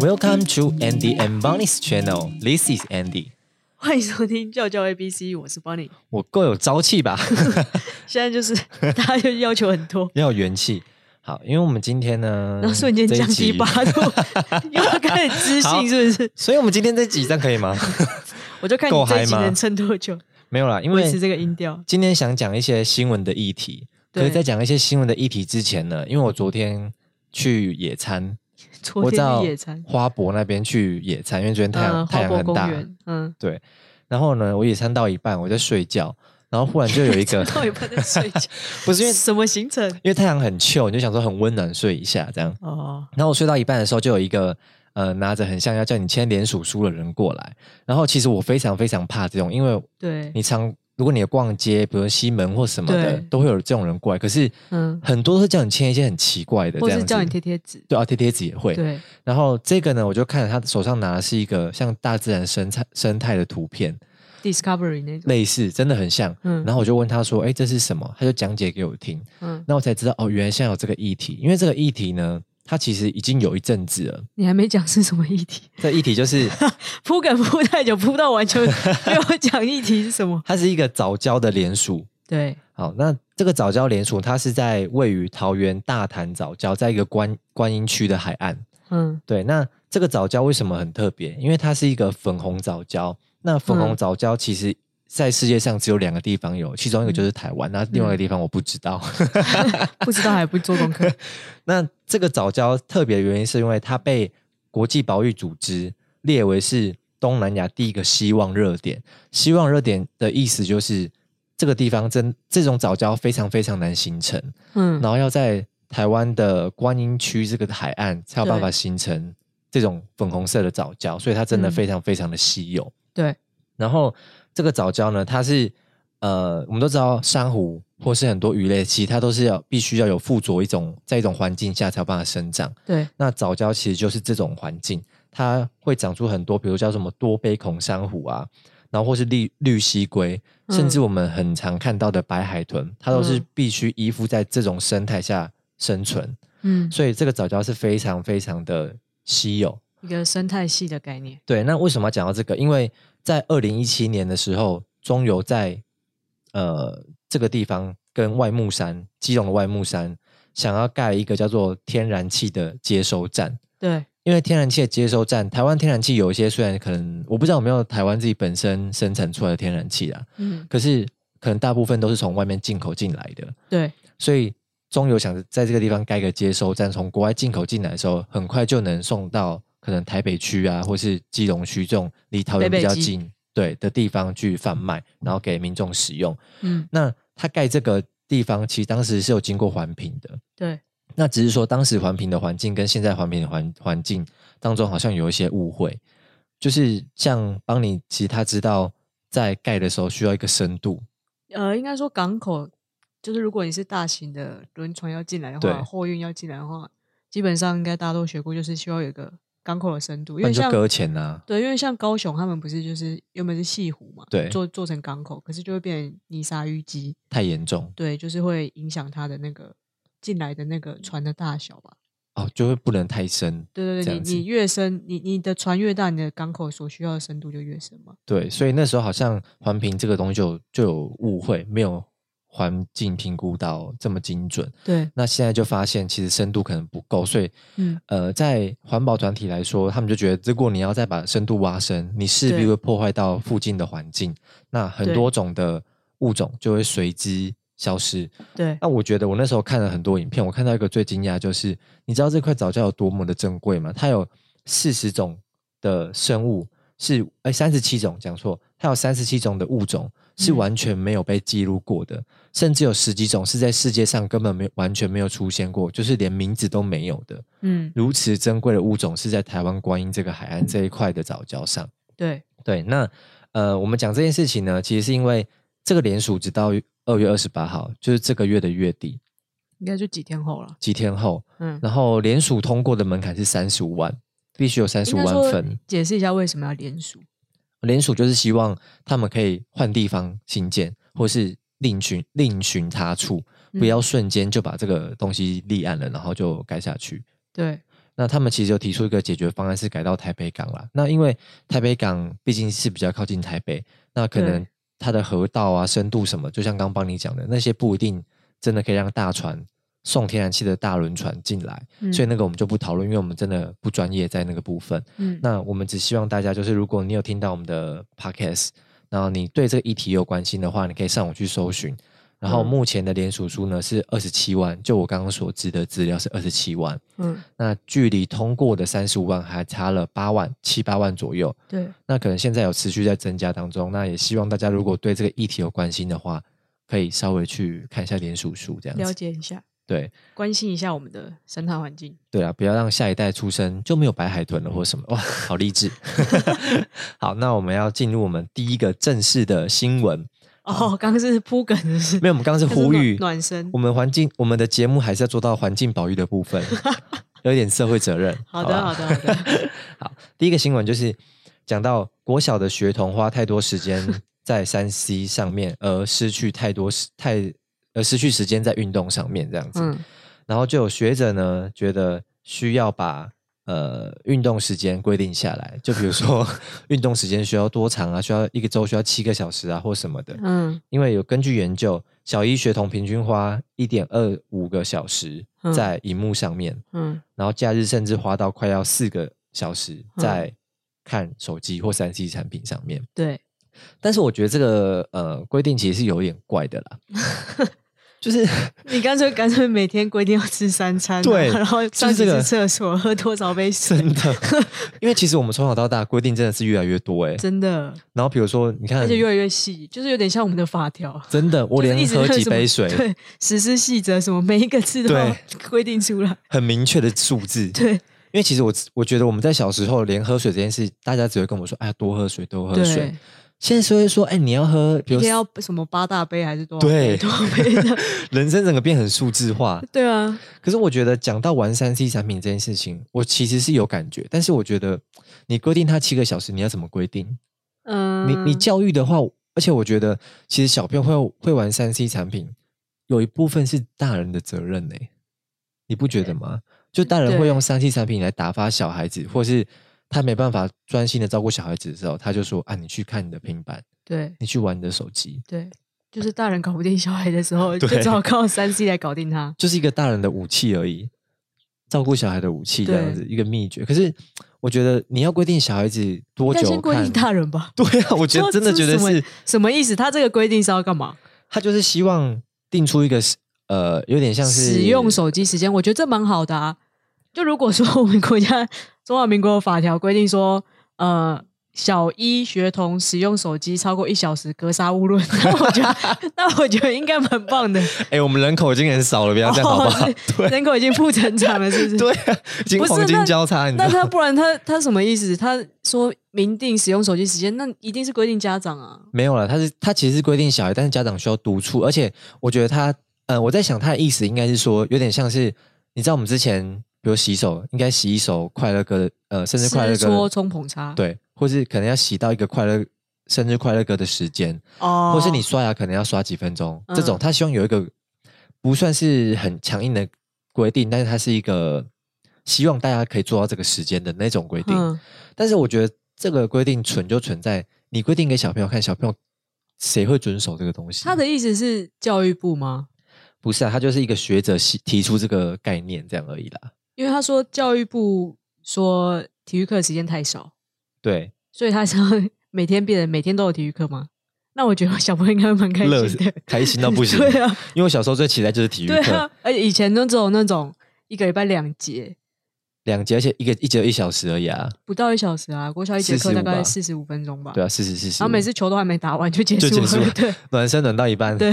Welcome to Andy and Bonnie's channel. This is Andy. 欢迎收听教教 A B C，我是 Bonnie。我够有朝气吧？ 现在就是大家就要求很多，要有元气。好，因为我们今天呢，然后瞬间嗯这一降低集八 度，又要开始知好性是不是？所以我们今天这集这样可以吗？ 我就看够你嗨这一集吗能撑多久，没有啦，因维持为这个音调。今天想讲一些新闻的议题。可对是，在讲一些新闻的议题之前呢，因为我昨天去野餐，昨我天到去野餐，花博那边去野餐，因为昨天太阳、嗯，太花阳博很公大。园，嗯，对，然后呢，我野餐到一半，我在睡觉，然后忽然就有一个，到一半在睡觉，不 是因为什么行程？因为太阳很臭，你就想说很温暖睡一下这样。哦，然后我睡到一半的时候，就有一个呃拿着很像要叫你签联署书的人过来。然后其实我非常非常怕这种，因为对，你常如果你有逛街，比如西门或什么的对，都会有这种人过来。可是嗯，很多都是叫你签一些很奇怪的，这或样是子叫你贴贴纸，对啊，贴贴纸也会。对，然后这个呢，我就看着他手上拿的是一个像大自然生态生态的图片， Discovery 那种，类似，真的很像。嗯然后我就问他说：“哎，这是什么？”他就讲解给我听。嗯，那我才知道哦，原来现在有这个议题，因为这个议题呢，它其实已经有一阵子了。你还没讲是什么议题，这议题就是铺梗铺太久，铺到完全没有讲议题是什么？它是一个早教的联署。对，好，那这个早教联署，它是在位于桃园大潭早教，在一个观观音区的海岸。嗯，对，那这个早教为什么很特别？因为它是一个粉红早教。那粉红嗯早教其实在世界上只有两个地方有，其中一个就是台湾，那另外一个地方我不知道。不知道还不做功课，那这个早教特别的原因，是因为它被国际保育组织列为是东南亚第一个希望热点。希望热点的意思就是，这个地方真这种早教非常非常难形成， 嗯，然后要在台湾的观音区这个海岸才有办法对形成这种粉红色的早教，所以它真的嗯非常非常的稀有。对，然后这个早教呢，它是呃，我们都知道珊瑚或是很多鱼类，其实它都是要必须要有附着一种在一种环境下才有办法生长。对，那早教其实就是这种环境，它会长出很多，比如叫什么多杯孔珊瑚啊，然后或是绿绿蜥龟，嗯甚至我们很常看到的白海豚，它都是嗯必须依附在这种生态下生存，嗯，所以这个早教是非常非常的稀有。一个生态系的概念，对，那为什么要讲到这个？因为在二零一七年的时候，中油在呃这个地方跟外木山，基隆的外木山，想要盖一个叫做天然气的接收站。对，因为天然气的接收站，台湾天然气有一些虽然可能我不知道有没有台湾自己本身生产出来的天然气啊，嗯，可是可能大部分都是从外面进口进来的，对，所以中油想在这个地方盖个接收站，从国外进口进来的时候，很快就能送到可能台北区啊，或是基隆区这种离桃园北比北较基近对的地方去贩卖，然后给民众使用。嗯，那他盖这个地方，其实当时是有经过环评的，对，那只是说当时环评的环境跟现在环评的环环境当中好像有一些误会，就是像邦尼，其实他知道在盖的时候需要一个深度，呃，应该说港口就是如果你是大型的轮船要进来的对话，货运要进来的话，基本上应该大家都学过，就是需要有一个港口的深度，因那为你就像搁浅啊。对，因为像高雄他们不是就是原本是西湖嘛，对做做成港口，可是就会变成泥沙淤积，太严重对，就是会影响它的那个进来的那个船的大小吧。哦，就会不能太深，对对这对，样你子你越深，你你的船越大，你的港口所需要的深度就越深嘛。对，所以那时候好像环评这个东西就就有误会，没有环境评估到这么精准。对，那现在就发现其实深度可能不够，所以嗯，呃，在环保团体来说，他们就觉得，如果你要再把深度挖深，你势必对会破坏到附近的环境，那很对多种的物种就会随之消失。对，那我觉得我那时候看了很多影片，我看到一个最惊讶就是，你知道这块藻礁有多么的珍贵吗？它有四十种的生物是，哎，三十七种讲错，它有三十七种的物种是嗯完全没有被记录过的，甚至有十几种是在世界上根本没有完全没有出现过，就是连名字都没有的。嗯，如此珍贵的物种是在台湾观音这个海岸这一块的藻礁上。对，对，那呃，我们讲这件事情呢，其实是因为这个联署直到二月二十八号，就是这个月的月底应该就几天后了。几天后，嗯，然后联署通过的门槛是三十五万，必须有三十应五该万说份。解释一下为什么要联署。联署就是希望他们可以换地方新建，或是另寻另寻他处，不要嗯瞬间就把这个东西立案了，然后就盖下去。对，那他们其实有提出一个解决方案，是改到台北港啦。那因为台北港毕竟是比较靠近台北，那可能对它的河道啊、深度什么，就像刚帮你讲的，那些不一定真的可以让大船送天然气的大轮船进来，嗯所以那个我们就不讨论，因为我们真的不专业在那个部分。嗯那我们只希望大家就是，如果你有听到我们的 podcast，然后你对这个议题有关心的话，你可以上网去搜寻。然后嗯目前的联署书呢是二十七万，就我刚刚所知的资料是二十七万。嗯那距离通过的三十五万还差了八万七八万左右，对那可能现在有持续在增加当中。那也希望大家如果对这个议题有关心的话，可以稍微去看一下联署书这样了子。解一下，对关心一下我们的生态环境。对啊，不要让下一代出生就没有白海豚了或什么。哇，好励志！ 好，那我们要进入我们第一个正式的新闻。哦，刚刚是铺梗是不是，没有，我们刚刚是这是呼暖吁暖身我。们环境，我们的节目还是要做到环境保育的部 分，有一点社会责任。好的吧好的好 的。好，第一个新闻就是讲到国小的学童花太多时间在三 C 上面，而失去太多时太而失去时间在运动上面这样子。嗯然后就有学者呢觉得需要把呃运动时间规定下来，就比如 说运动时间需要多长啊，需要一个周需要七个小时啊，或什么的。嗯因为有根据研究，小一学童平均花一点二五个小时嗯在荧幕上面，嗯然后假日甚至花到快要四个小时在看手机或三 C 产品上面。 对，但是我觉得这个呃规定其实是有点怪的 啦，就是 你干脆干脆每天规定要吃三餐啊，对然后上就是几这个次厕所，喝多少杯水，真的，因为其实我们从小到大规定真的是越来越多哎、真的，然后比如说你而看且，越来越细，就是有点像我们的法条。真的我就是连一直喝那个几什么杯水， 对，实施细则什么，每一个字都要规定出来。很明确的数字， 对因为其实我我觉得我们在小时候连喝水这件事，大家只会跟我们说，哎，多喝水，多喝水对。，现在是会说，哎，你要喝，比一如天要什么八大杯还是多少对杯？多少杯的？ 人生整个变很数字化。对啊，可是我觉得讲到玩三 C 产品这件事情，我其实是有感觉，但是我觉得你规定它七个小时，你要怎么规定？嗯，你你教育的话，而且我觉得其实小朋友会会玩三 C 产品，有一部分是大人的责任呢、欸你不觉得吗？就大人会用三 C 产品来打发小孩子，或是他没办法专心的照顾小孩子的时候，他就说啊，你去看你的平板，对你去玩你的手机，对，就是大人搞不定小孩的时候，就对只好靠三 C 来搞定他。就是一个大人的武器而已，照顾小孩的武器这样子一个秘诀。可是我觉得你要规定小孩子多应该久先看，规定大人吧。 对啊，我觉得说真的这觉得什么是什么意思？他这个规定是要干嘛？他就是希望定出一个时呃，有点像是使用手机时间，我觉得这蛮好的啊。就如果说我们国家中华民国有法条规定说，呃，小一学童使用手机超过一小时，格杀勿论。 那我觉 得，那我觉得应该蛮棒的。哎、我们人口已经很少了，不要这样好不好？哦是 对啊人口已经负成长了，是不 是？对、啊，已经不是黄金那交叉，你知那道他吗？不然他他什么意思？他说明定使用手机时间，那一定是规定家长啊。没有了，他是他其实是规定小孩，但是家长需要督促，而且我觉得他呃，我在想他的意思应该是说，有点像是你知道我们之前比如洗手，应该洗一首快乐歌，呃，生日快乐是说歌，冲捧茶，对，或是可能要洗到一个快乐生日快乐歌的时间，哦，或是你刷牙可能要刷几分钟，嗯这种他希望有一个不算是很强硬的规定，但是它是一个希望大家可以做到这个时间的那种规定。嗯但是我觉得这个规定存就存在，你规定给小朋友看，小朋友谁会遵守这个东西？他的意思是教育部吗？不是啊，他就是一个学者提提出这个概念这样而已啦。因为他说教育部说体育课时间太少， 对，所以他想要每天变得每天都有体育课吗？那我觉得小朋友应该蛮开乐心的，开心到不行。 对啊，因为我小时候最期待就是体育对课，啊，而且以前都只有那种一个礼拜两节，两节，而且一个一节有一小时而已啊。不到一小时啊，国小一节课45大吧概四十五分钟吧。对啊，是是是是。然后每次球都还没打完就结就束结了，束了对暖身暖到一半， 对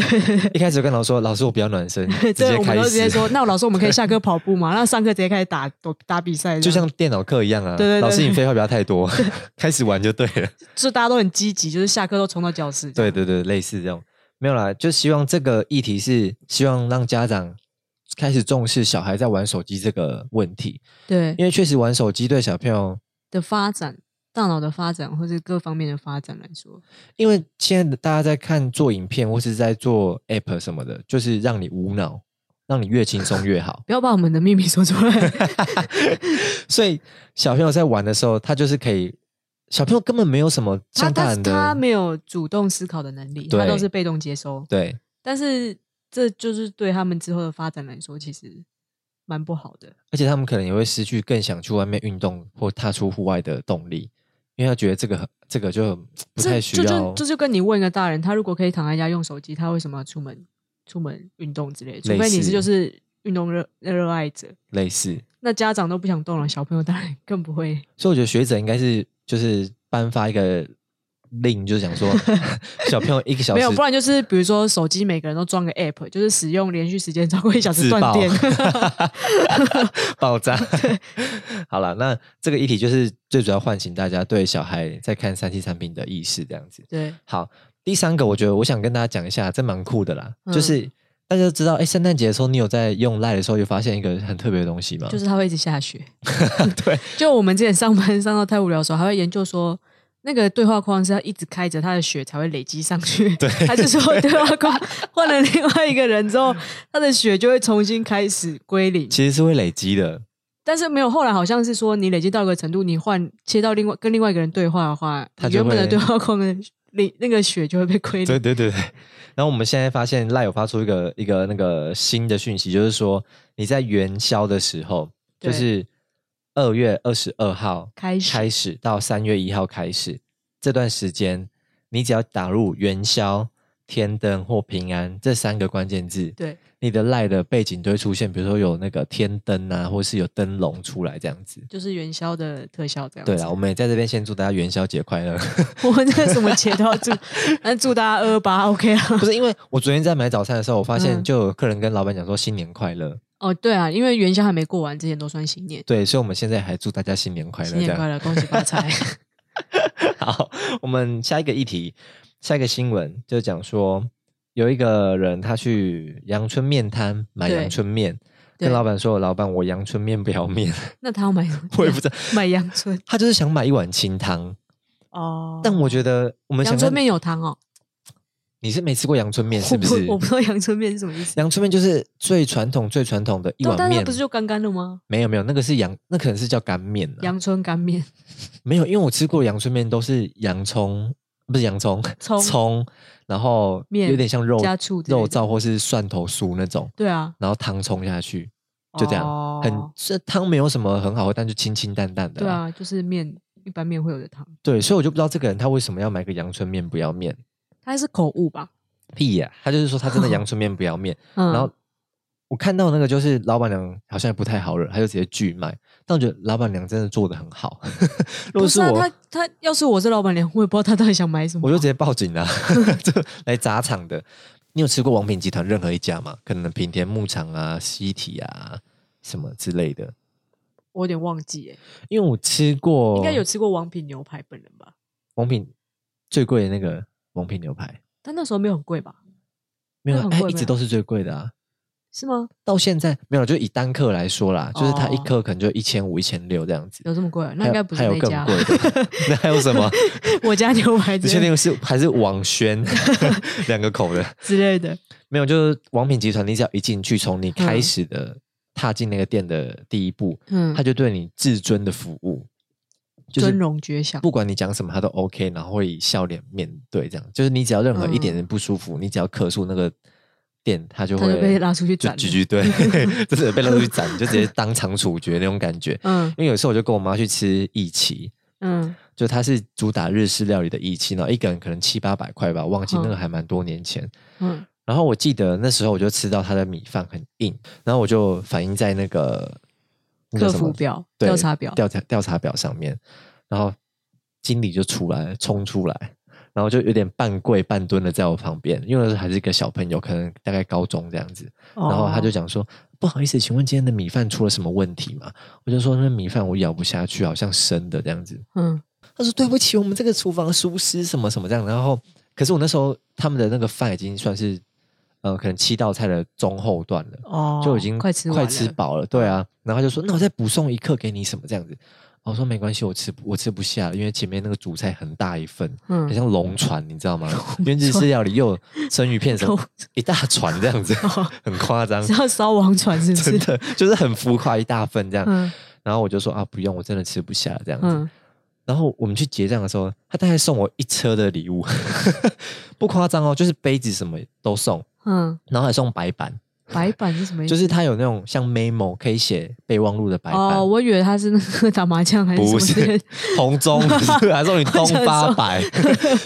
一开始跟老师说：“老师，我不要暖身，直 对，接我们开都始。直”接说，那老师我们可以下课跑步嘛？那上课直接开始打打比赛这样， 就像电脑课一样啊。对对对老师，你废话不要太 多，开始玩就对了。就大家都很积极，就是下课都冲到教室。对，对对，类似这种，没有啦，就希望这个议题是希望让家长开始重视小孩在玩手机这个问题，对因为确实玩手机对小朋友的发展大脑的发展或是各方面的发展来说，因为现在大家在看做影片或是在做 app 什么的，就是让你无脑，让你越轻松越好。不要把我们的秘密说出来。 所以小朋友在玩的时候，他就是可以，小朋友根本没有什么他像大他人他的没有主动思考的能力，他对都是被动接收。对。但是这就是对他们之后的发展来说，其实蛮不好的。而且他们可能也会失去更想去外面运动或踏出户外的动力，因为他觉得这个很这个就不这太需就要就这就跟你问一个大人，他如果可以躺在家用手机，他为什么要出门出门运动之类的？除类非你似是就是运动热热爱者，类似。那家长都不想动了，小朋友当然更不会。所以我觉得学者应该是就是颁发一个令，就是想 说小朋友一个小没时有，不然就是比如说手机每个人都装个 app，就是使用连续时间超过一小时自断爆电。 爆炸。 好了，那这个议题就是最主要唤醒大家对小孩在看三 C 产品的意识，这样子。对，好，第三个我觉得我想跟大家讲一下，这蛮酷的啦，嗯就是大家都知道，哎，圣诞节的时候你有在用赖的时候有发现一个很特别的东西吗？就是它会一直下雪。嗯 对， 就我们之前上班上到太无聊的时候，还会研究说。那个对话框是要一直开着，它的雪才会累积 上去。对，还是说对话框换了另外一个人之后，它的雪就会重新开始归零？其实是会累积的，但是没有，后来好像是说你累积到一个程度，你换切到另外跟另外一个人对话的话，它你就原会本的对话框的那那个血就会被亏对零。对对对。然后我们现在发现赖有发出一个一个那个新的讯息，就是说你在元宵的时候，就对是二月二十二号开始开始到三月一号开始这段时间，你只要打入元宵、天灯或平安这三个关键字，对，你的赖的背景都会出现，比如说有那个天灯啊，或是有灯笼出来这样子。就是元宵的特效这样子。对啦，我们也在这边先祝大家元宵节快乐。 我们这个什么节都 要祝，那祝大家二二八 OK 啊。不是因为我昨天在买早餐的时候，我发现嗯就有客人跟老板讲说新年快乐，哦，对啊，因为元宵还没过完，之前都算新年。对，所以我们现在还祝大家新年快乐。新年快乐，恭喜发 财！这样！好，我们下一个议题，下一个新闻就讲说有一个人他去阳春面摊买对阳春面，对跟老板说：“老板，我阳春面不要面。？那他要买什么”我也不知道， 买阳春他就是想买一碗清汤。 哦。 但我觉得我们想阳春看面有糖哦，你是没吃过阳春面是不是我？我不知道阳春面是什么意思。阳春面就是最传统、最传统的一但碗啊但它面，不是就干干的吗？没有没有，那个是阳，那可能是叫干面、啊。阳春干面，没有，因为我吃过阳春面都是洋葱，不是洋葱，葱然后面有点像肉加醋之类的肉燥或是蒜头酥那种，对啊，然后汤冲下去， 就这样，哦很这汤没有什么很好喝，但就清清淡淡的对啦。啊，就是面一般面会有的糖，对，所以我就不知道这个人他为什么要买个阳春面不要面，它是口误吧？屁呀、他就是说他 真的阳春面不要面，嗯，然后我看到那个就是老板娘好像也不太好惹，他就直接拒卖。但我觉得老板娘真的做的很好。 如不果是啊，我，他他要是我是老板娘，我也不知道他到底想买什么， 我就直接报警了、就来砸场的。你有吃过王品集团任何一家吗？可能平田牧场啊、西体啊什么之类的。我有点忘记哎，因为我吃过，应该有吃过王品牛排本人吧？王品最贵的那个王品牛排，但那时候没有很贵吧？没有那很哎、贵一直吗都是最贵的啊。是吗？到现在没有，就以单克来说啦，就是它一哦克可能就一千五、一千六这样子。有这么贵啊？那还有应该不是还有那更家，贵 的，那还有什么？我家牛排你之确类定是还是网宣 两个口的？之类的。没有，就是王品集团，你只要一进去，从你开始的、踏进那个店的第一步，嗯他，就对你至尊的服务，就尊是荣绝享。不管你讲什么，他都 OK，然后会以笑脸面对，这样就是你只要任何一点点不舒服，你只要客诉那个店，他就嗯他会就被拉出去就斩了狙击 队，就是被拉出去斩，就直接当场处决那种感觉。嗯因为有时候我就跟我妈去吃义旗，嗯，就它是主打日式料理的义气，然后一个人可能七八百块吧，忘记嗯那个还蛮多年前。嗯，然后我记得那时候我就吃到它的米饭很硬，然后我就反映在那个那客个什么服表、对调查表，调查调查表上面，然后经理就出来冲出来，然后就有点半跪半蹲的在我旁边，因为那时候还是一个小朋友，可能大概高中这样子。然然后他就讲说：“不好意思，请问今天的米饭出了什么问题吗？”我就说：“那米饭我咬不下去，好像生的这样子。”嗯他说对不起，我们这个厨房疏失什么什么这样。然后，可是我那时候他们的那个饭已经算是呃，可能七道菜的中后段了，哦，就已经快吃完快了吃饱了。对啊，然后他就说那我再补送一克给你什么这样子。我说没关系，我吃不我吃不下了，因为前面那个主菜很大一份，很嗯，像龙船，你知 道吗？因为日式料理又有生鱼片什么龙哦一大船这样 子，很夸张，是要烧王船是不真是？的就是很浮夸一大份这样。嗯然后我就说啊，不用，我真的吃不下了这样子。嗯，然后我们去结账的时候，他大概送我一车的礼物， 不夸张哦，就是杯子什么都送，嗯，然后还送白板，白板是什么意思？就是他有那种像 memo 可以写备忘录的白板，哦，我以为他是那个打麻将还是什不么之类 是的红 中，不是还送你东八百，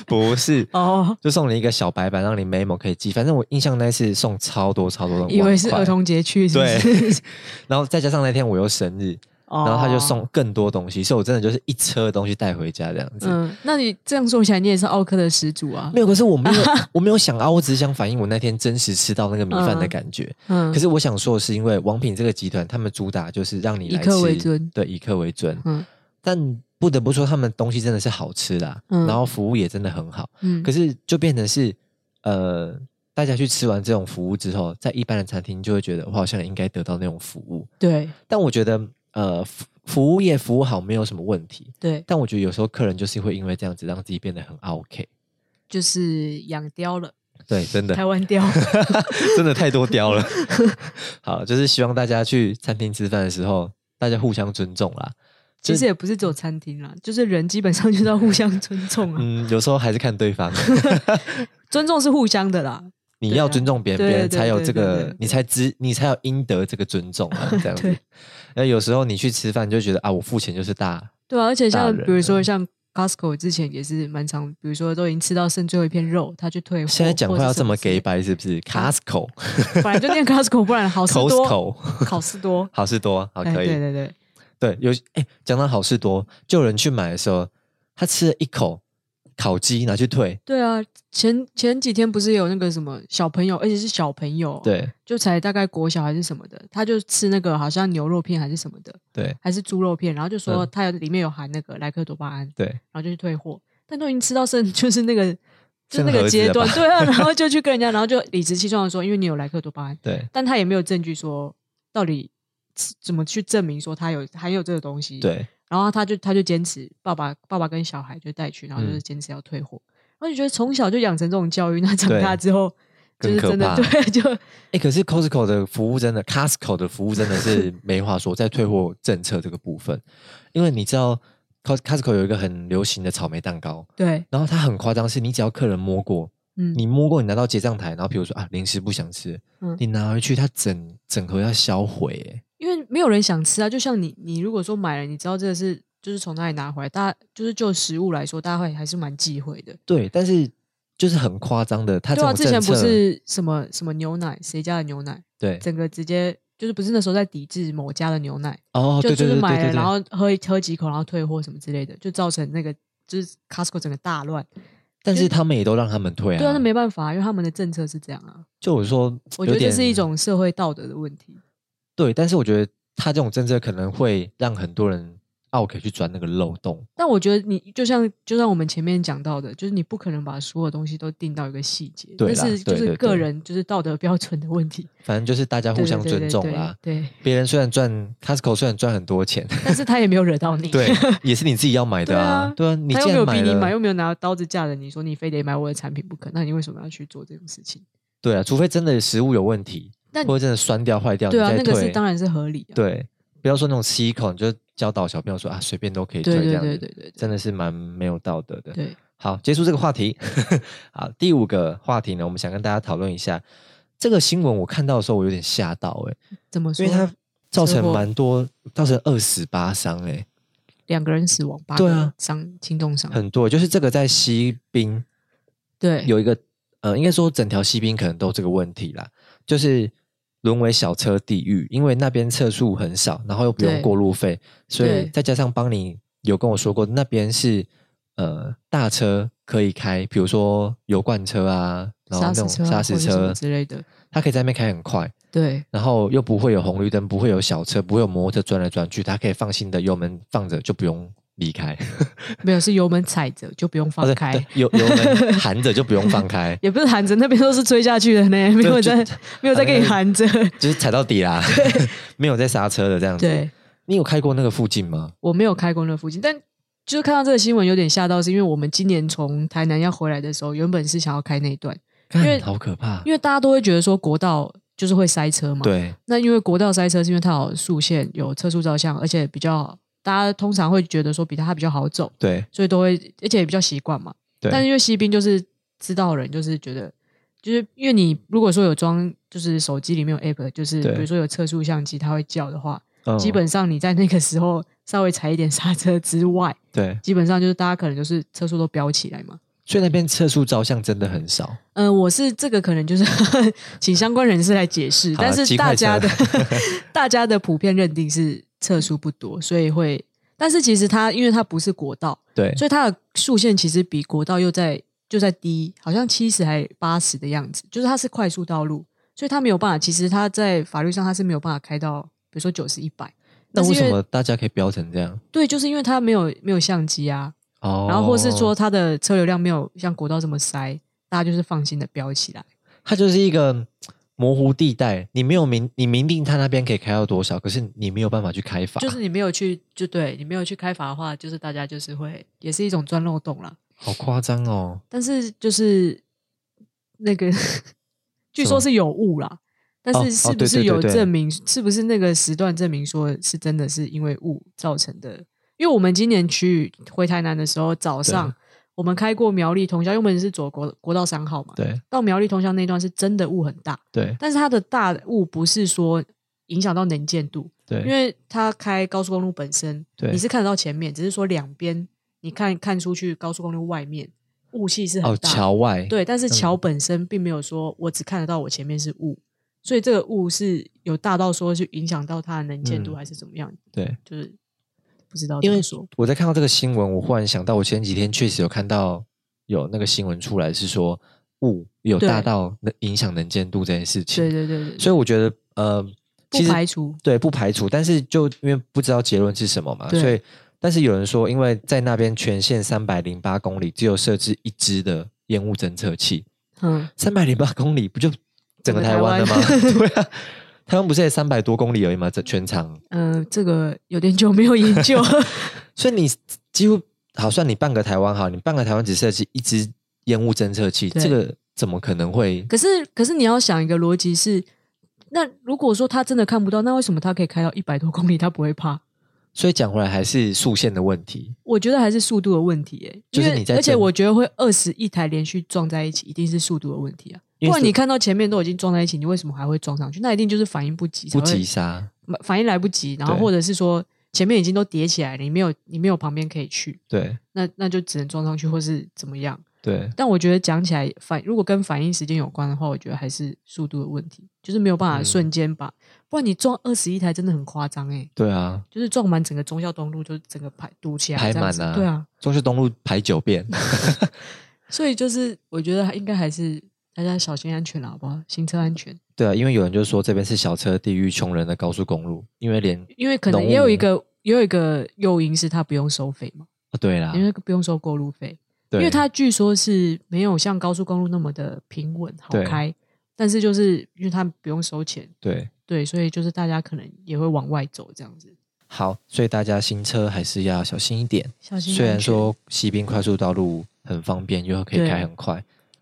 不是。哦，就送你一个小白板，让你 memo 可以记。反正我印象那次送超多超多东西，以为是儿童节去，是不是？然后再加上那天我又生日， 哦然后他就送更多东西，所以我真的就是一车的东西带回家这样子。嗯，那你这样说起来，你也是奥克的始祖啊。 没有，可是我没有，我没有想啊，我只是想反映我那天真实吃到那个米饭的感觉。嗯，可是我想说的是，因为王品这个集团，他们主打就是让你以来客为吃尊对，以客为尊。嗯但不得不说，他们东西真的是好吃啦，嗯然后服务也真的很好。嗯，可是就变成是，呃，大家去吃完这种服务之后，在一般的餐厅就会觉得我好像也应该得到那种服务。对但我觉得，呃，服服务业服务好没有什么问题。对，但我觉得有时候客人就是会因为这样子让自己变得很 OK。就是养貂了，对，真的。台湾貂。 真的太多雕了。好，就是希望大家去餐厅吃饭的时候，大家互相尊重啦。其实也不是只有餐厅啦，就是人基本上就是要互相尊重啊， 嗯，有时候还是看对 方，尊重是互相的啦。你对啊要尊重别人，对别人对才有对这对个对，你才知，你才有应得这个尊重 啊，这样子对。那有时候你去吃饭，你就觉得啊，我付钱就是大，对啊，而且大像人嗯比如了说像 Costco 之前也是蛮常，比如说都已经吃到剩最后一片肉，他去退货。现在讲话要这么给给，白，是不是？Costco、本来就念 Costco，不然哦好事多， Costco 好事多。好事多，好哎可对以。对对，对，有哎，讲到好事多，就有人去买的时候，他吃了一口烤鸡拿去退，对啊，前前几天不是有那个什么小朋友，而且是小朋友，，对就才大概国小还是什么的，他就吃那个好像牛肉片还是什么的，对还是猪肉片，然后就说嗯它有里面有含那个莱克多巴胺，对，然后就去退货，但都已经吃到剩就是那个就是剩那盒个子阶了段，吧对啊，然后就去跟人家，然后就理直气壮的说，因为你有莱克多巴胺，对但他也没有证据说到底吃怎么去证明说他有含有这个东西，对。然后他就他就坚持爸爸爸爸跟小孩就带去，嗯然后就是坚持要退货。我就觉得从小就养成这种教育，那长对大之后就更是可真的怕对，就哎、可是 Costco 的服务真的，Costco 的服务真的 是没话说，在退货政策这个部分，因为你知道 Cos- Costco 有一个很流行的草莓蛋糕，对，然后它很夸张，是你只要客人摸过，嗯，你摸过，你拿到结账台，然后比如说啊零食不想吃，嗯你拿回去，它整整盒要销毁、欸，因为没有人想吃啊。就像你，你如果说买了，你知道这个是就是从哪里拿回来，大家就是就食物来说，大家会还是蛮忌讳的。对，但是就是很夸张的，它这对啊，种之政前策，不是什么什么牛奶，谁家的牛奶，对，整个直接就是不是那时候在抵制某家的牛奶，哦，就对就对是对对买对了，对，然后喝一喝几口，然后退货什么之类的，就造成那个就是 Costco 整个大乱。但是他们也都让他们退啊，对啊，那没办法，因为他们的政策是这样啊。就我说，我有觉得这点是一种社会道德的问题。对，但是我觉得他这种政策可能会让很多人啊 OK 去钻那个漏洞。但我觉得你就像就像我们前面讲到的，就是你不可能把所有东西都定到一个细节，对这啦是就对对是对个人就是道德标准的问题，反正就是大家互对相尊重啦。。对对 对对，对别人虽然赚 Costco 虽然赚很多 钱，但是他也没有惹到你，对，也是你自己要买的啊，对对啊，你他又既没有然逼买你买，了，又没有拿刀子架着你说你非得买我的产品不可，那你为什么要去做这种事情？对啊，除非真的食物有问题，那或者真的酸掉坏掉，对啊，哦你那再个退。是当然是合理啊。对，不要说那种吃一口，你就教导小朋友说啊，随便都可以退这对对样子，对对对对真的是蛮没有道德的。对，好，结束这个话题。 好，第五个话题呢，我们想跟大家讨论一下这个新闻。我看到的时候，我有点吓到、欸，怎么因说？为它造车成祸蛮多，造成二死八伤哎、两个人死亡，八对啊个伤轻重伤，很多。就是这个在西滨对，有一个，呃，应该说整条西滨可能都有这个问题啦，就是沦为小车地狱，因为那边车速很少，然后又不用对过路费，所以对再加上邦尼有跟我说过，那边是呃大车可以开，比如说油罐车啊，然后杀那死种车啊砂石或者什车么之类的，它可以在那边开很快。对然后又不会有红绿灯，不会有小车，不会有摩托车转来转去，它可以放心的油门放着，就不用离开。没有是油门踩着就不用哦放对 开，对油油门含着就不用放开，也不是含着，那边都是追下去的呢， 没就有在没有在给你反含着。就是踩到底啦，没有在刹车的这样子。对，你有开过那个附近吗？我没有开工那附近，但就是看到这个新闻有点吓到，是因为我们今年从台南要回来的时候，原本是想要开那一段，因为好可怕因。为大家都会觉得说国道就是会塞车嘛。。对，那因为国道塞车是因为它有速线、有车速照相，而且比较大家通常会觉得说比它比较好走，对，所以都会而且也比较习惯嘛。对但因为西滨就是知道人，就是觉得就是因为你如果说有装就是手机里面有 app，就是对比如说有测速相机，它会叫的话，嗯基本上你在那个时候稍微踩一点刹车之外，对，基本上就是大家可能就是车速都飙起来嘛。所以那边测速照相真的很少。嗯、我是这个可能就是 请相关人士来解释，好啦嗯但是鸡大块家的车 大家的普遍认定是测速不多，所以会，但是其实它因为它不是国道， 对，所以它的速限其实比国道又在就在低，好像七十还八十的样子，就是它是快速道路，所以它没有办法，其实它在法律上它是没有办法开到，比如说九十一百。那但是为因什么大家可以飙成这样？对，就是因为它没有没有相机啊，哦，然后或是说它的车流量没有像国道这么塞，大家就是放心的飙起来。它就是一个嗯模糊地带，你没有明你明定它那边可以开到多少，可是你没有办法去开发，就是你没有去，就对你没有去开罚的话，就是大家就是会也是一种钻漏洞啦。好夸张哦。但是就是那个 据说是有误啦，但哦是哦是不对是对对有对证明？是不是那个时段证明说是真的是因为误造成的？因为我们今年去回台南的时候，早上我们开过苗栗通宵，因为我们是走国国道三号嘛，对到苗栗通宵那段是真的雾很大，对但是它的大雾不是说影响到能见度，对，因为它开高速公路本身，对你是看得到前面，只是说两边你看看出去高速公路外面雾气是很哦大，桥嗯外对，但是桥本身并没有说我只看得到我前面是雾，所以这个雾是有大到说去影响到它的能见度嗯还是怎么样，对。就是不知道因怎为么说，我在看到这个新闻，我忽然想到，我前几天确实有看到有那个新闻出来，是说雾有对大到能影响能见度这件事情。对对对对，所以我觉得，呃，其不实排除对不排除，但是就因为不知道结论是什么嘛，对所以但是有人说，因为在那边全线三百零八公里只有设置一支的烟雾侦测器，嗯，三百零八公里不就整个台湾了吗？ 整对啊，台湾不是也三百多公里而已吗？这全长，呃，这个有点久没有研究， 所以你几乎好算你半个台湾好，你半个台湾只设置一支烟雾侦测器，对这个怎么可能会？可是，可是你要想一个逻辑是，那如果说他真的看不到，那为什么他可以开到一百多公里，他不会怕？所以讲回来还是速线的问题，我觉得还是速度的问题、欸，就是因为你在而且正我觉得会二十一台连续撞在一起，一定是速度的问题啊。因不为然是你看到前面都已经撞在一起，你为什么还会撞上去？那一定就是反应不及，不急及，刹。反应来不及，然后对或者是说前面已经都叠起来了，你没有你没有旁边可以去，对那那就只能撞上去或是怎么样。对，但我觉得讲起来反，如果跟反应时间有关的话，我觉得还是速度的问题，就是没有办法嗯瞬间把，不然你撞二十一台真的很夸张哎，对啊，就是撞满整个忠孝东路，就是整个排堵起来，排这样满子啊对啊，中秀东路排九遍。 所以就是我觉得应该还是大家小心安全啦，好不好？行车安全，对啊，因为有人就说这边是小车地狱、穷人的高速公路，因为连因为可能浓也有一雾个也有一个诱因是它不用收费嘛，哦对啦，因为不用收过路费，对因为它据说是没有像高速公路那么的平稳好对开，但是就是因为它不用收钱。对对，所以就是大家可能也会往外走这样子，好，所以大家行车还是要小心一点。小心安全。虽然说西滨快速道路很方便，又可以对开很快，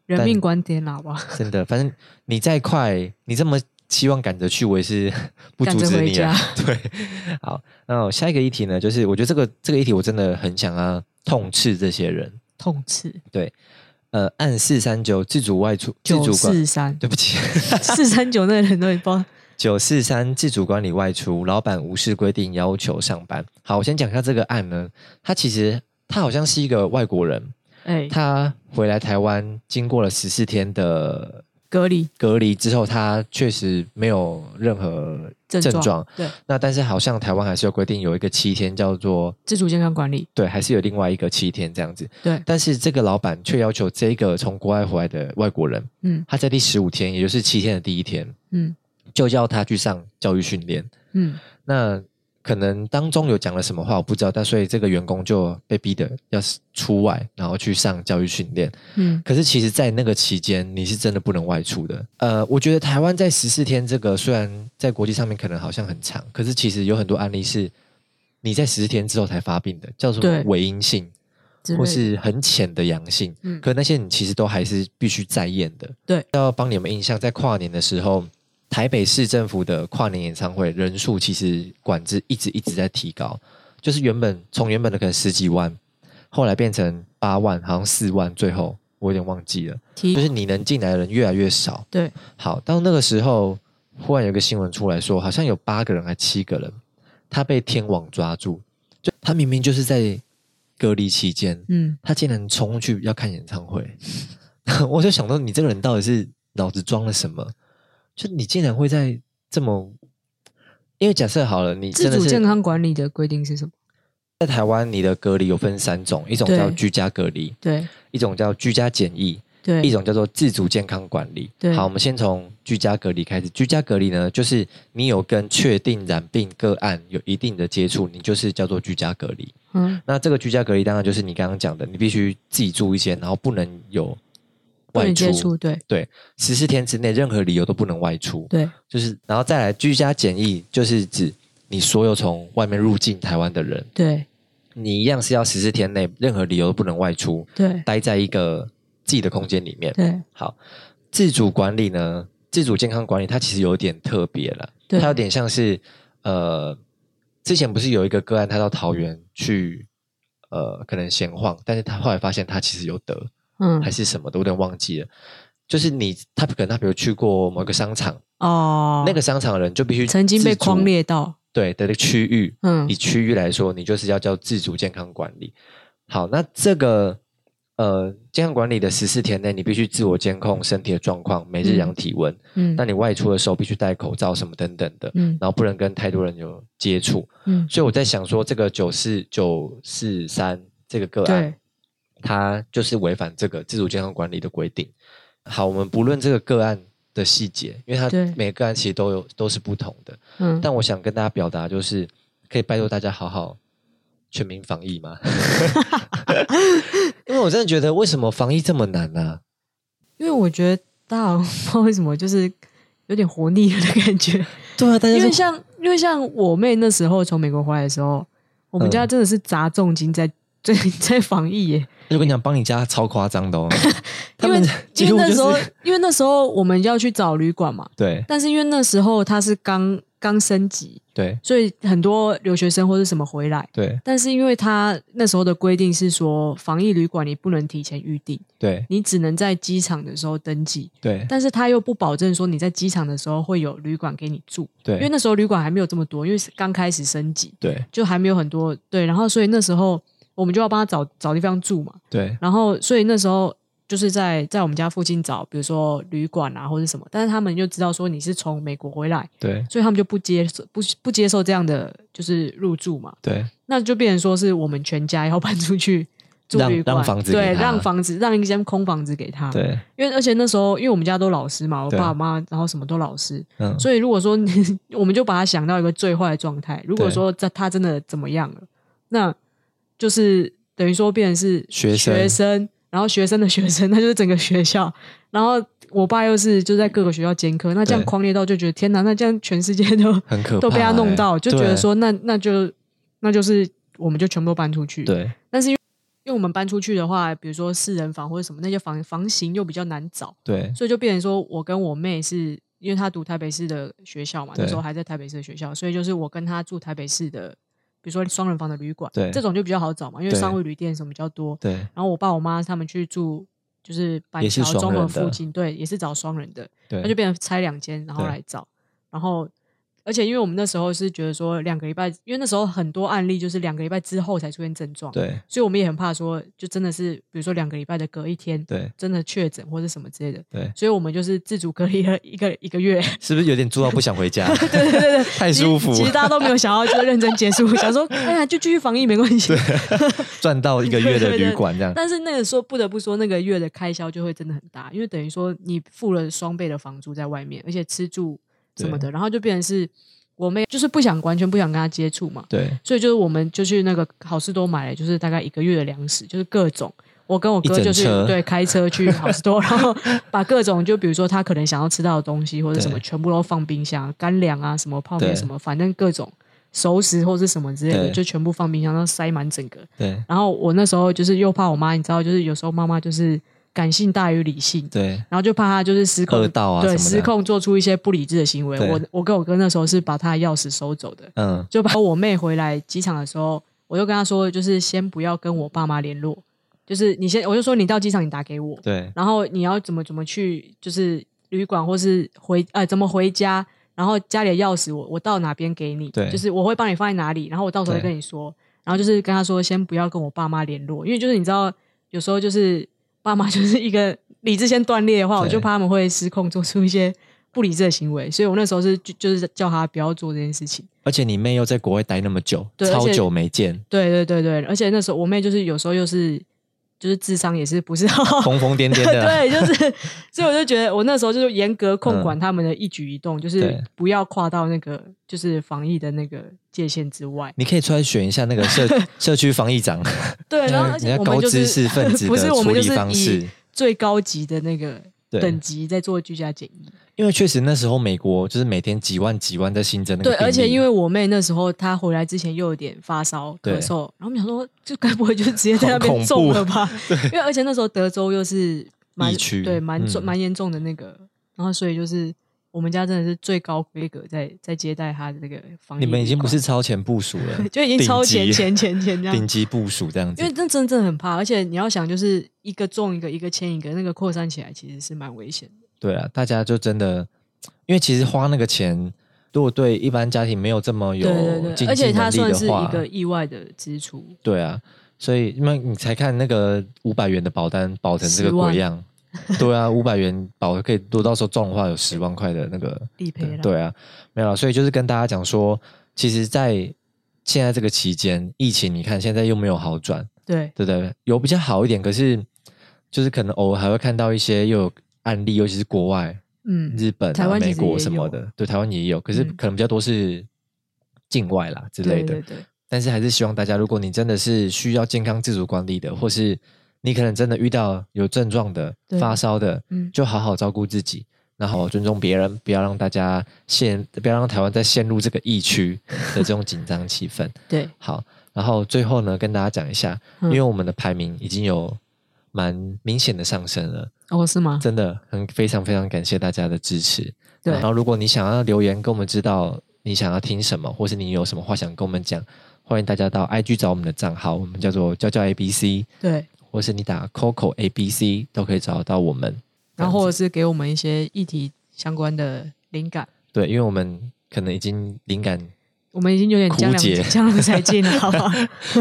人但命关天啦，好 不好？真的，反正你再快，你这么期望赶着去，我也是 不赶阻着止回你啊 家。对，好，那我下一个议题呢，就是我觉得这个这个议题我真的很想要痛斥这些人。痛斥呃，按四三九自主外出，自九主管，四三对不起。四三九，那个很多人不知道。九四三自主管理外出，老板无视规定要求上班。好，我先讲一下这个案呢，他其实他好像是一个外国人，哎，他回来台湾经过了十四天的隔离隔离之后，他确实没有任何症症状状。对那但是好像台湾还是有规定有一个七天叫做自主健康管理，对，还是有另外一个七天这样子。对，但是这个老板却要求这个从国外回来的外国人，嗯他在第十五天，也就是七天的第一天，嗯就叫他去上教育训练。嗯，那可能当中有讲了什么话，我不知道。但所以这个员工就被逼的要出外，然后去上教育训练。嗯，可是其实，在那个期间，你是真的不能外出的。呃，我觉得台湾在十四天这个，虽然在国际上面可能好像很长，可是其实有很多案例是你在十天之后才发病的，叫做对伪阴性之或类的是很浅的阳性。嗯可那些你其实都还是必须再验的。对，要帮你们印象，在跨年的时候，台北市政府的跨年演唱会人数其实管制一直一直在提高，就是原本从原本的可能十几万，后来变成八万，好像四万，最后我有点忘记了，就提是你能进来的人越来越少。对好，到那个时候，忽然有个新闻出来说，好像有八个人还七个人，他被天网抓住，就他明明就是在隔离期间，嗯，他竟然冲过去要看演唱会， 我就想到你这个人到底是脑子装了什么？就你竟然会在这么……因为假设好了，你自真的主健是康管理的规定是什么？在台湾，你的隔离有分三种，一种叫对居家隔离，对一种叫居家检疫，对，一种叫做自主健康管理。对好，我们先从居家隔离开始。居家隔离呢，就是你有跟确定染病个案有一定的接触，你就是叫做居家隔离。嗯，那这个居家隔离当然就是你刚刚讲的，你必须自己住一间，然后不能有不外能接出，触，对十四天之内任何理由都不能外出。对就是，然后再来居家检疫，就是指你所有从外面入境台湾的人，对你一样是要十四天内任何理由都不能外出，对待在一个自己的空间里面。对好，自主管理呢，自主健康管理它其实有点特别了，对它有点像是呃，之前不是有一个个案，他到桃园去呃，可能闲晃，但是他后来发现他其实有得嗯还是什么的，我有点忘记了。就是你，他可能他比如去过某个商场，哦，那个商场的人就必须曾经被自主框列到，对的区域，嗯以区域来说，你就是要叫自主健康管理。好，那这个呃健康管理的十四天内，你必须自我监控身体的状况，每日量体温。嗯那你外出的时候必须戴口罩什么等等的，嗯然后不能跟太多人有接触。嗯，所以我在想说，这个九四九四三这个个案对，它就是违反这个自主健康管理的规定。好，我们不论这个个案的细节，因为它对每个个案其实都有都是不同的。嗯，但我想跟大家表达就是，可以拜托大家好好全民防疫 吗？因为我真的觉得，为什么防疫这么难呢、啊？因为我觉得大家好像 不知道为什么就是有点活腻了的感 觉，对啊，大因家为就像因为像我妹那时候从美国回来的时候，我们嗯家真的是砸重金在在在防疫耶，就跟你讲，帮你家超夸张的 哦。他因为们因几为乎那就时 候是因为那时候我们要去找旅馆嘛，对但是因为那时候它是刚刚升级，对所以很多留学生或是什么回来。对但是因为他那时候的规定是说，防疫旅馆你不能提前预定，对你只能在机场的时候登记。对但是他又不保证说你在机场的时候会有旅馆给你住，因为对那时候旅馆还没有这么多，因为是刚开始升级，对就还没有很多对。然后所以那时候我们就要帮他找找地方住嘛，对然后所以那时候就是在在我们家附近找，比如说旅馆啊或者什么，但是他们就知道说你是从美国回来，对所以他们就不接受不不接受这样的就是入住嘛，对那就变成说是我们全家要搬出去住让旅馆，让房子对，给他让房子让一间空房子给他，对，因为而且那时候因为我们家都老师嘛，我对啊爸妈然后什么都老师，嗯，所以如果说你 我们就把他想到一个最坏的状态，如果说在他真的怎么样了，那就是等于说变成是学生学生，然后学生的学生，那就是整个学校，然后我爸又是就在各个学校兼课，那这样对狂列到就觉得天哪，那这样全世界都很可怕、欸，都被他弄到，就觉得对说那那就那就是我们就全部都搬出去，对因为我们搬出去的话，比如说四人房或者什么那些房房型又比较难找。对所以就变成说我跟我妹是因为她读台北市的学校嘛，对那时候还在台北市的学校，所以就是我跟她住台北市的，比如说双人房的旅馆，对这种就比较好找嘛，因为对商务旅店什么比较多。对然后我爸我妈他们去住就是板也是桥双中和人的附近，对，也是找双人的，对，那就变成拆两间然后对来找，然后。而且，因为我们那时候是觉得说两个礼拜，因为那时候很多案例就是两个礼拜之后才出现症状，对所以我们也很怕说，就真的是比如说两个礼拜的隔一天，对真的确诊或者什么之类的，对，所以我们就是自主隔离了一个一个月，是不是有点做到不想回 家？对对对太舒服其实。其实大家都没有想要就是认真 结束，想说哎呀就继续防疫没关系。赚到一个月的旅馆这样，但是那个说不得不说，那个月的开销就会真的很大，因为等于说你付了双倍的房租在外面，而且吃住什么的，然后就变成是我妹就是不想完全不想跟她接触嘛，对，所以就是我们就去那个好事多买了，就是大概一个月的粮食，就是各种。我跟我一哥整就是车对开车去好事多，然 后把各种就比如说他可能想要吃到的东西或者什么，对全部都放冰箱，干粮啊什么泡面对什么，反正各种。熟食或是什么之类的，对就全部放冰箱，然后塞满整个。对然后我那时候就是又怕我妈，你知道，就是有时候妈妈就是感性大于理性，对，然后就怕她就是失控恶，道啊对，什么失的，控做出一些不理智的行为。对我我跟我哥那时候是把她的钥匙收走的，嗯就把我妹回来机场的时候，我就跟她说，就是先不要跟我爸妈联络，就是你先，我就说你到机场你打给我，对然后你要怎么怎么去，就是旅馆或是回呃怎么回家，然后家里的钥匙我我到哪边给你，对就是我会帮你放在哪里，然后我到时候再对跟你说，然后就是跟他说先不要跟我爸妈联络，因为就是你知道有时候就是爸妈 就是一个理智先断裂的话，对我就怕他们会失控做出一些不理智的行为，所以我那时候是就就是叫他不要做这件事情。而且你妹又在国外待那么久，对而超且久没见，对对对对，而且那时候我妹就是有时候又是就是智商也是不是好好疯疯癫癫的，嗯 对，就是，所以我就觉得我那时候就是严格控管他们的一举一动，就是对不要跨到那个就是防疫的那个界限之外。你可以出来选一下那个 社社区防疫长，对，然 后而人且家我们高就知识是 分子不是的我处们就理是方以式。最高级的那个等对，级在做居家检疫。因为确实那时候美国就是每天几万几万在新增那个对，病而且例因为我妹那时时候她回来之前又有点发烧对咳嗽，然后我们想说，这该不会就是直接在那好边恐中怖 了吧？因为而且那时候德州又是蛮疫区对蛮重嗯蛮严重的那个，然后所以就是我们家真的是最高规格在在接待她的这个防疫旅馆，你们已经不是超前部署了 ，就已经顶超前级前前前这样顶级部署这样子因为，那真的真的很怕，而且你要想就是一个中一个，一个牵一个，那个扩散起来其实是蛮危险的。对啊，大家就真的，因为其实花那个钱，如果对一般家庭没有这么有对对对，经而且济能它力算的是一话，个意外的支出，对啊，所以那你才看那个五百元的保单保成这个10万鬼样，对 啊，五百元保可以，如果到时候中的话有十万块的那个理赔啦。对啊，没有啦，所以就是跟大家讲说，其实，在现在这个期间，疫情你看现在又没有好转，对对不对？有比较好一点，可是就是可能偶尔还会看到一些又有案例，尤其是国外，嗯，日本、啊、台湾其美实国也什么的，对，台湾也有，可是嗯可能比较多是境外啦之类的。对对对，但是还是希望大家，如果你真的是需要健康自主管嗯理的，或是你可能真的遇到有症状的对、发烧的，嗯就好好照顾自己，然后尊重别人，不要让大家陷，不要让台湾再陷入这个疫 区的这种紧张气氛。对，好，然后最后呢，跟大家讲一下，嗯因为我们的排名已经有蛮明显的上升了。哦，是吗？真的很非常非常感谢大家的支持。对然后如果你想要留言跟我们知道你想要听什么，或是你有什么话想跟我们讲，欢迎大家到 IG 找我们的账号，我们叫做教教 ABC，对，或是你打 Coco ABC 都可以找到我们。然后或者是给我们一些议题相关的灵感，对，因为我们可能已经灵感，我们已经有点江枯竭郎江郎才尽了，好 不好？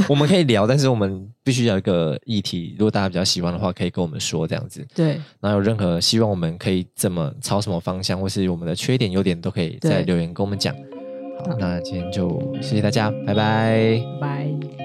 我们可以聊，但是我们必须要有一个议题，如果大家比较喜欢的话，可以跟我们说这样子。对然后有任何希望我们可以怎么朝什么方向，或是我们的缺点优点，都可以在对留言跟我们讲。好好，那今天就谢谢大家，拜拜。拜。